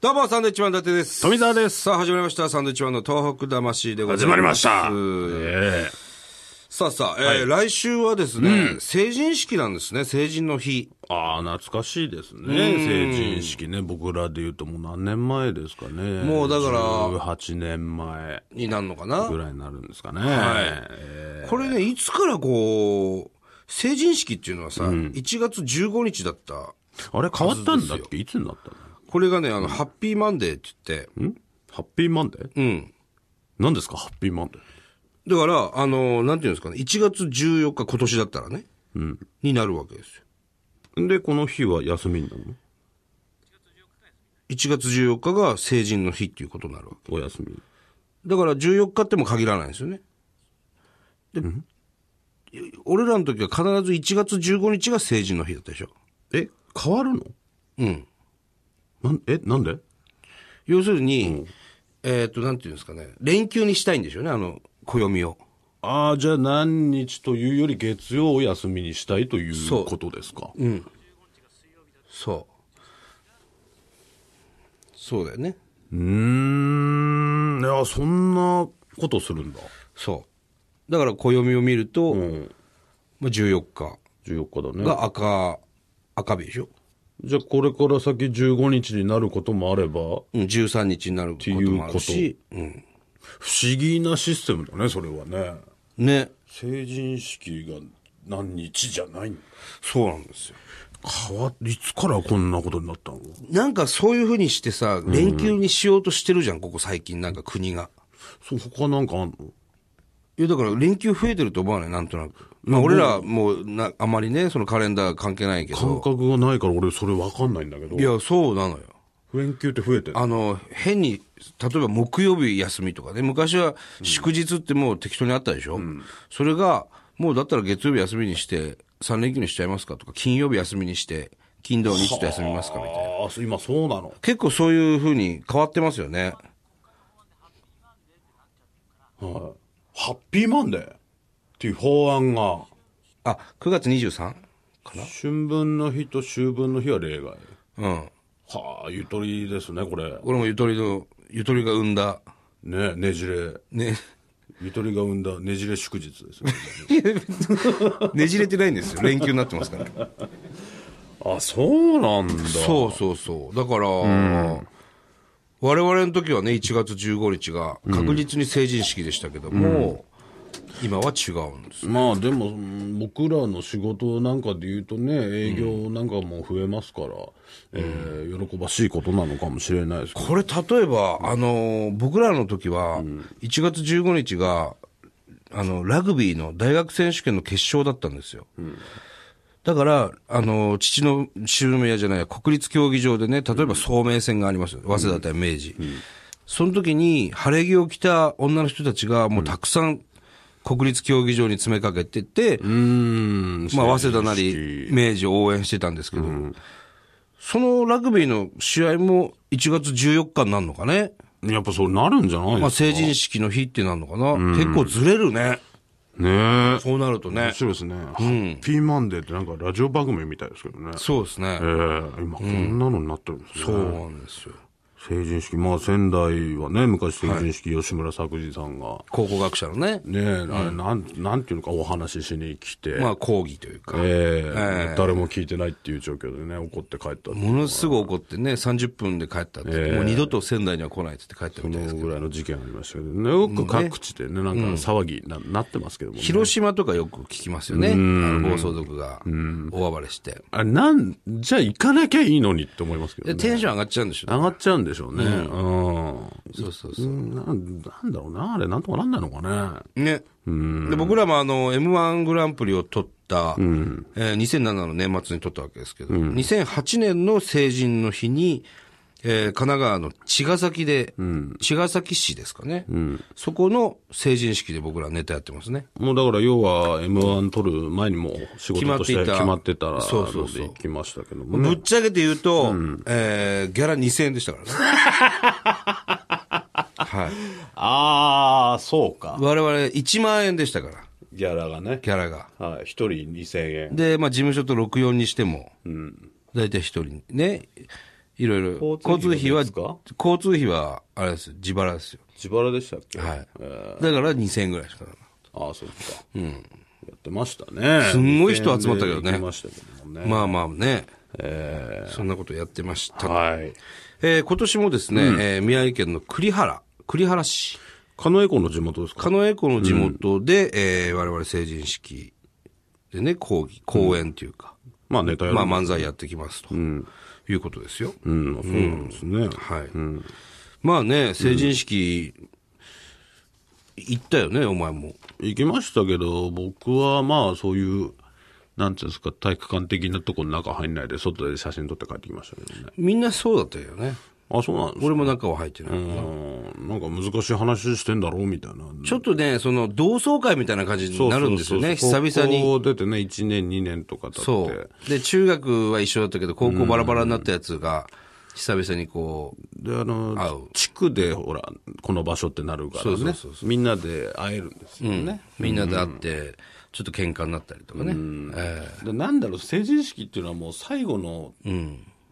どうも、サンドイッチマン伊達です。富澤ですさあ、始まりました。サンドイッチマンの東北魂でござ始います。まりました。えーえさあさあ、えー来週はですね、成人式なんですね、成人の日。えああ、懐かしいですね。成人式ね。僕らで言うともう何年前ですかね。もうだから18年前になるのかなぐ。らいになるんですかね。えこれね、いつからこう、成人式っていうのはさ、1月15日だった。えあれ変わったんだっけいつになったのこれがね、あの、ハッピーマンデーって言って、んハッピーマンデーうん。何ですかハッピーマンデー。だから、あのーなんていうんですかね、1月14日今年だったらね、になるわけですよ。で、この日は休みになるの1月14日が成人の日っていうことになるわけ。お休み。だから14日っても限らないんですよね。で、俺らの時は必ず1月15日が成人の日だったでしょ。え、変わるのうん。なんえ、なんで要するに、えっ、と、なんていうんですかね、連休にしたいんでしょうね、あの、暦を。ああ、じゃあ何日というより月曜を休みにしたいといそううことですか。うん。そう。そうだよね。うーん、いや、そんなことするんだ。そう。だから暦を見ると、うん。まあ、14日14日だね。が赤、赤日でしょじゃあ、これから先15日になることもあれば、不思うん、13日になることもあるし。うん。議なシステムだね、それはね。ね。成人式が何日じゃないそうなんですよ。変わっいつからこんなことになったのなんかそういうふうにしてさ、連休にしようとしてるじゃん、ここ最近、なんか国が。そう、他なんかあんのいや、だから連休増えてると思わない、なんとなく。まあ、俺らもうな、あまりね、そのカレンダー関係ないけ感ど。覚がないから俺それわかんないんだけどい。や、そうなのよ。連休って増えてるあの、変に、例えば木曜日休みとかね、昔は祝日ってもう適当にあったでしょ、それが、もうだったら月曜日休みにして、3連休にしちゃいますかとか、金曜日休みにして、金土日と休みますかみたいな。ああ、そう今そうなの。結構そういうふうに変わってますよね。ハッピーマンデーっていう法案が、あ、9月 23? 春分の日と秋分の日は例外。うん。はあ、ゆとりですね、これ。俺もゆとりの、ゆとりが生んだ、ね、ねじれ。ね、 ゆとりが生んだねじれ祝日ですね。ねじれてないんですよ。連休になってますから。あ、そうなんだ。そうそうそう。だから、我々の時はね、1月15日が確実に成人式でしたけども、今は違うんです。まあでも、うん僕らの仕事なんかで言うとね、営業なんかも増えますから、えー喜ばしいことなのかもしれないですけど。これ例えば、あの、僕らの時は、1月15日が、あの、ラグビーの大学選手権の決勝だったんですよ。だから、あの、父の父宮じゃない、国立競技場でね、例えば聡明戦がありますよ。早稲田対明治。その時に、晴れ着を着た女の人たちが、もうたくさん国立競技場に詰めかけてて、うーん。まあ、早稲田なり、明治を応援してたんですけど、そのラグビーの試合も1月14日になるのかね。やっぱそうなるんじゃなまいあ、ですか。成人式の日ってなるのかな。結構ずれるね。ねえ。そうなるとね面。白いですね。ハッピーマンデーってなんかラジオ番組みたいですけどね。そうですねええ。今こんなのになってるんですね。そうなんですよ。成人式、まあ仙台はね、昔成人式、吉村作治さんが、考古学者のね、ねえ、あれなん、なんていうのかお話ししに来て、まあ、講義というか。ええ誰も聞いてないっていう状況でね、怒って帰ったっていもうのすごい怒ってね、30分で帰ったって、もう二度と仙台には来ないって言って帰ったみたいです。ぐらいの事件ありましたけどね、よく各地でね、なんか騒ぎにな,、なってますけどもね。広島とかよく聞きますよね。あの暴走族が大暴れして。あれ、なん、じゃあ行かなきゃいいのにって思いますけどでね。テンション上がっちゃうんでしょ上がっちゃうんでしょうね。うん。そうそうそうう。んなんなんだろうな、あれ、なんとかなんないのかね。ね。で、僕らもあの、M1 グランプリを取った、えー2007の年末に取ったわけですけど、2008年の成人の日に、えー神奈川の茅ヶ崎で、茅ヶ崎市ですかね、そこの成人式で僕らネタやってますね。もうだから要は M1 取る前にもう仕事として決決ままっってていたたらそうそうのそうで行きましたけどもぶね。っちゃけて言うと、えーギャラ2000円でしたからね。 はい。ああ、そうか。我々1万円でしたから、ギャラがね。ギャラが。はい。一人2000円。で、まあ、事務所と64にしても、大体一人ね、いろいろ。交通交通費費のは、ですか交通費は、あれですよ。自腹ですよ。自腹でしたっけはい。えーだから2000円ぐらいしかなかっああ、そっか。やってましたね。すんごい人集まったけどね行きましたけどもたね。まあまあね。えそんなことやってました。ーはい。えー今年もですね、えー宮城県の栗原、栗原市、カノエコの地元ですか狩野英孝の地元で、えー我々成人式でね、講義、講演というか、まあネタやる。まあ漫才やってきますと、いうことですよ。うん、そうなんですね。はい、まあね、成人式、行ったよね、お前も。行きましたけど、僕はまあそういう、なんていうんですか、体育館的なとこの中入んないで、外で写真撮って帰ってきましたけどね。みんなそうだったよね。あ、そうなんですか俺も中は入ってない。うんなんか難しい話してんだろうみたいな。ちょっとね、その同窓会みたいな感じにそうそうそうなるんですよね、久々に。高校出てね、1年、2年とか経って。そう。で、中学は一緒だったけど、高校バラバラになったやつが、久々にこう、で、あ会のう、地区でほら、この場所ってなるからね。そうそうそみんなで会えるんですよね。みんなで会って、ちょっと喧嘩になったりとかね。えでなんだろう、成人式っていうのはもう最後の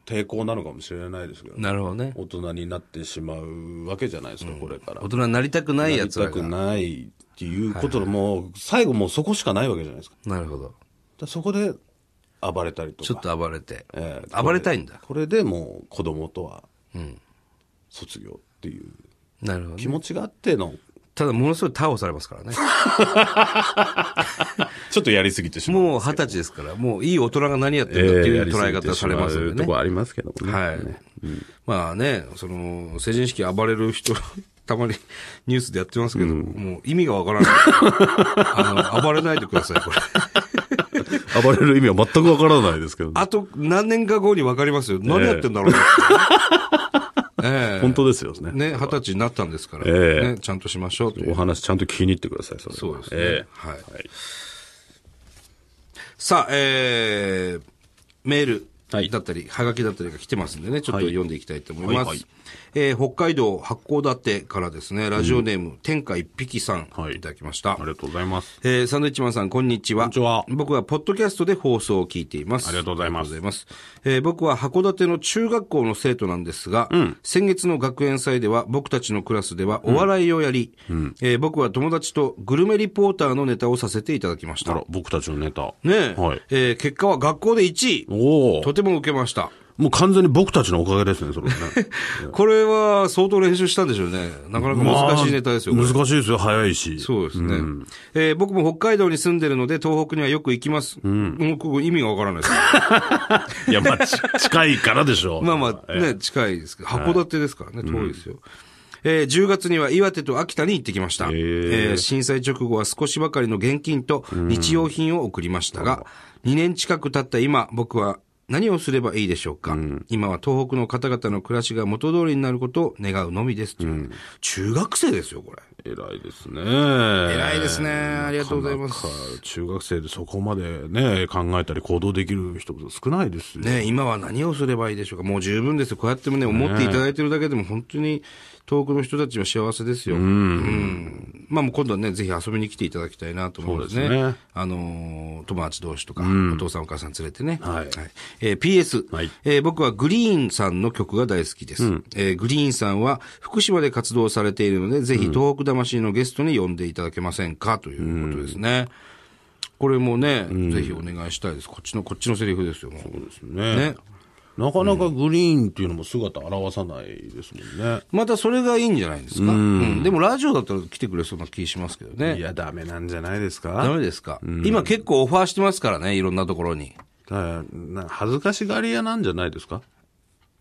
抵抗なのかもしれないですけど、えなるほどね。大人になってしまうわけじゃないですか、これから大。人になりたくないやつ痛らくが。ないっていうことのもう、最後もうそこしかないわけじゃないですか。なるほど。だからそこで暴れたりとか。ちょっと暴れて。ええ暴れたいんだ。これでもう子供とは卒業っていうなるほど気ね。持ちがあっての、ただ、ものすごい逮捕されますからね。ちょっとやりすぎてしまう。もう二十歳ですから、もういい大人が何やってるんだっていう捉え方されますんでとね。こありますけどもね。はい。まあね、その、成人式暴れる人、たまにニュースでやってますけど、もう意味がわからない。あの、暴れないでください、これ。暴れる意味は全くわからないですけど、ね、あと何年か後にわかりますよ。何やってんだろうなって、ええ本当ですよね。ね、二十歳になったんですから、ええね、ちゃんとしましょうというお話ちゃんと聞きに行ってください、それはそうですね。ええはい。はいさあ、えー、メーはいルだったり、はがきだったりが来てますんでね、ちょっと読んでいきたいと思います。はいはいえー北海道八甲立てからですね、ラジオネーム、天下一匹さん、はいい、ただきました。ありがとうございます。えーサンドイッチマンさん、こんにちは。こんにちは僕は、ポッドキャストで放送を聞いています。ありがとうございまありがとうすございます。えー僕は函館の中学校の生徒なんですが、先月の学園祭では、僕たちのクラスではお笑いをやり、えー僕は友達とグルメリポーターのネタをさせていただきましあた。ら、僕たちのネタ。ねえ、はい。えー結果は学校で1位。おおとても受けました。もう完全に僕たちのおかげですね、それはね。これは相当練習したんでしょうね。なかなか 難しいネタですよ。まこあれ難しいですよ、早いし。そうですね、えー僕も北海道に住んでるので、東北にはよく行きます。もうここ意味がわからないです。いや、ま あ、ち近いからでしょう。まあまあね、近いですけど、函館ですからね、遠いですよ。えー10月には岩手と秋田に行ってきました。えー震災直後は少しばかりの現金と日用品を送りましたが、2年近く経った今、僕は何をすればいいでしょうか、今は東北の方々の暮らしが元通りになることを願うのみですという、中学生ですよ、これ。偉いですね。偉偉いですね。ありがとうございまなす。んか中学生でそこまでね、考えたり行動できる人少ないですよ。ね、今は何をすればいいでしょうか。もう十分ですよ。こうやってもね、思っていただいてるだけでも本当に遠くの人たちは幸せですよ。うん。まあもう今度はね、ぜひ遊びに来ていただきたいなと思うんですね。そうですねあのー友達同士とか、お父さんお母さん連れてね。はいえー PS、はいえー僕はグリーンさんの曲が大好きです、えーグリーンさんは福島で活動されているので、ぜひ東北魂のゲストに呼んでいただけませんかということですね。これもね、ぜひお願いしたいです。こっちの、こっちのセリフですよ、もうそうですね。なかなかグリーンっていうのも姿表さないですもんね。またそれがいいんじゃないですか。うんでもラジオだったら来てくれそうな気しますけどいね。や、ダメなんじゃないですダかメですか、今結構オファーしてますからね、いろんなところに。だからな恥ずかしがり屋なんじゃないですか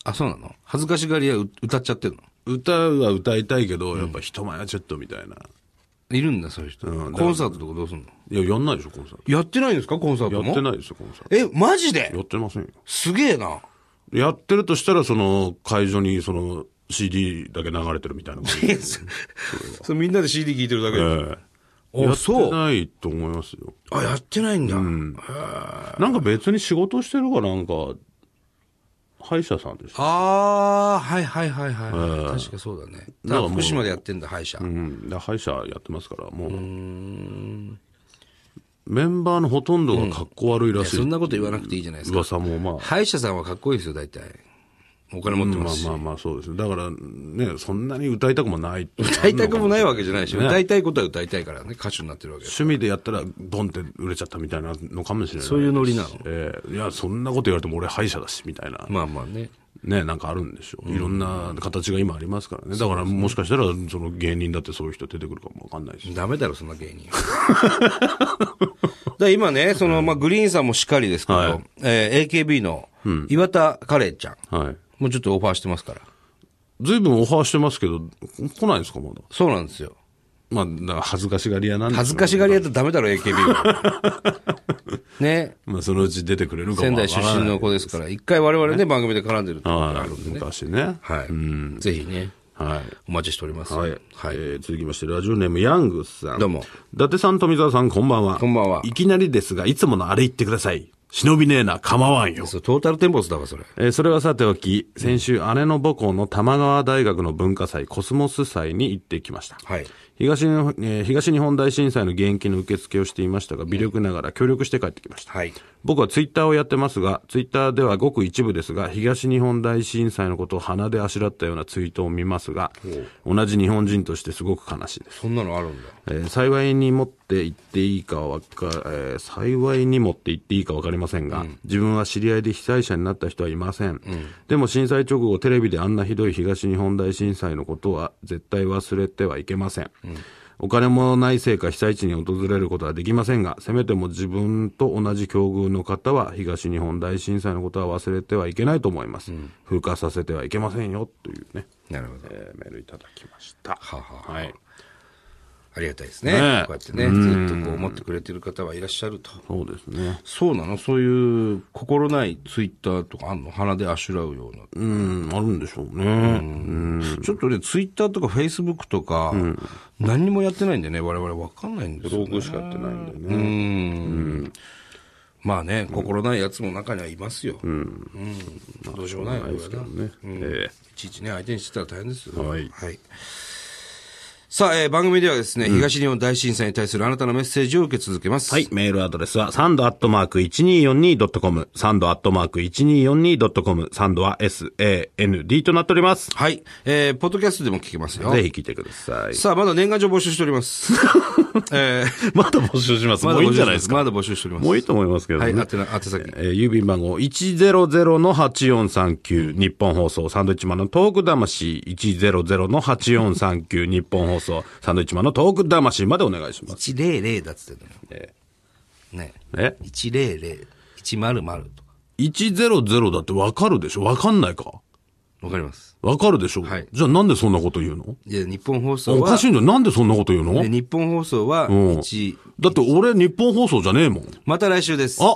あ、そうなの恥ずかしがりやう歌っちゃってるの歌は歌いたいけど、やっぱ人前はちょっとみたいな。いるんだ、そういう人。コンサートとかどうすんのいや、やんないでしょ、コンサーやってないんですかコンサート。トやもってないですよ、コンサーえ、マジでト。やってませんよ。すげえ な。やってるとしたら、その、会場に、その、CD だけ流れてるみたいな感じ。そうみんなで CD 聴いてるだけで。ええ あ、やってそう。ないと思いますよ。あ、やってないんだ。なんか別に仕事してるかなんか、歯医者さんでしょ。ああ、はいはいはいはい。確かそうだね。だから福島でやってんだ、歯医者。うん。で歯医者やってますから、もう。メンバーのほとんどが格好悪いらしい。そんなこと言わなくていいじゃないですか。噂もまあ。歯医者さんはかっこいいですよ、大体。お金持ってますし。まあまあまあそうですね。だからね、そんなに歌いたくもない。歌いたくもないわけじゃないし、ね歌いたいことは歌いたいからね、歌手になってるわけです。趣味でやったら、ドンって売れちゃったみたいなのかもしれない。そういうノリなのええいや、そんなこと言われても俺歯医者だし、みたいな。まあまあね。ね、なんかあるんでしょう。いろんな形が今ありますからね。だからもしかしたら、その芸人だってそういう人出てくるかもわかんないし。ダメ だろ、そんな芸人。だから今ね、その、まあ、グリーンさんもしっかりですけど、はいえー AKB の岩田カレンちゃん、はい。もうちょっとオファーしてますから。随分オファーしてますけど、来ないですか、まだ。そうなんですよ。まあ、だから恥ずかしがり屋なんです恥ずかしがり屋とダメだろ、AKB は。 ね。まあ、そのうち出てくれるかも仙わ台か出らない身の子ですから、一回我々ね、番組で絡んでるってことがはあるんでい。ね。昔ね。はい。うん。ぜひね、はい。お待ちしております。はい。はいえ。ー続きまして、ラジオネーム、ヤングスさん。どうも。伊達さん、富澤さん、こんばんは。こんばんはいきなりですが、いつものあれ言ってください。忍びねえな、構わんよ。そうトータルテンボスだわ、それ。えーそれはさておき、先週、姉の母校の玉川大学の文化祭、コスモス祭に行ってきました。はい。東日本えー東日本大震災の現金の受付をしていましたが、微力ながら協力して帰ってきました。はい。僕はツイッターをやってますが、ツイッターではごく一部ですが、東日本大震災のことを鼻であしらったようなツイートを見ますが、同じ日本人としてすごく悲しいです。そんなのあるんだ。えー幸いに持って行っていいかはわか、えー幸いに持って行っていいかわかりませんが、自分は知り合いで被災者になった人はいません,、でも震災直後テレビであんなひどい東日本大震災のことは絶対忘れてはいけません。お金もないせいか被災地に訪れることはできませんが、せめても自分と同じ境遇の方は東日本大震災のことは忘れてはいけないと思います。風化させてはいけませんよ、というね、なるほど。えーメールいただきました。はあはあはい。ありがたいですね。ねえこうやってね、ずっとこう思ってくれてる方はいらっしゃると。そうですね。そうなのそういう心ないツイッターとかあんの鼻であしらうような。うん、あるんでしょうね。ちょっとね、ツイッターとかフェイスブックとか、何にもやってないんでね、我々わかんないんですよ、ね。僕しかやってないんでうね。ん。まあね、心ないやつも中にはいますよ。うん。どうしようもないよ、これはなねええいちいちね、相手にしてたら大変ですよ。はいさあ、えー番組ではですね、東日本大震災に対するあなたのメッセージを受け続けます。はい、メールアドレスは、サンドアットマーク 1242.com、サンドアットマーク 1242.com、サンドは SAND となっております。はい。えーポッドキャストでも聞けますよ。ぜひ聞いてください。さあ、まだ年賀状募集しております。えー まだ募集します。まもだうい募いん集しじてゃないまですすか。まだ募集しております。もういいと思いますけどはね。い、宛名宛先。えー郵便番号100-8439日本放送サンドイッチマンのトーク魂100-8439日本放送サンドイッチマンのトーク魂までお願いします。 100だっつってんのよ。えね。え100、100とか。 100だってわかるでしょわかんないかわかります。わかるでしょ、はいじゃあなんでそんなこと言うのいや、日本放送おは、かしいんだよ。なんでそんなこと言うので日本放送はうん1、だって俺日本放送じゃねえもん。また来週です。あ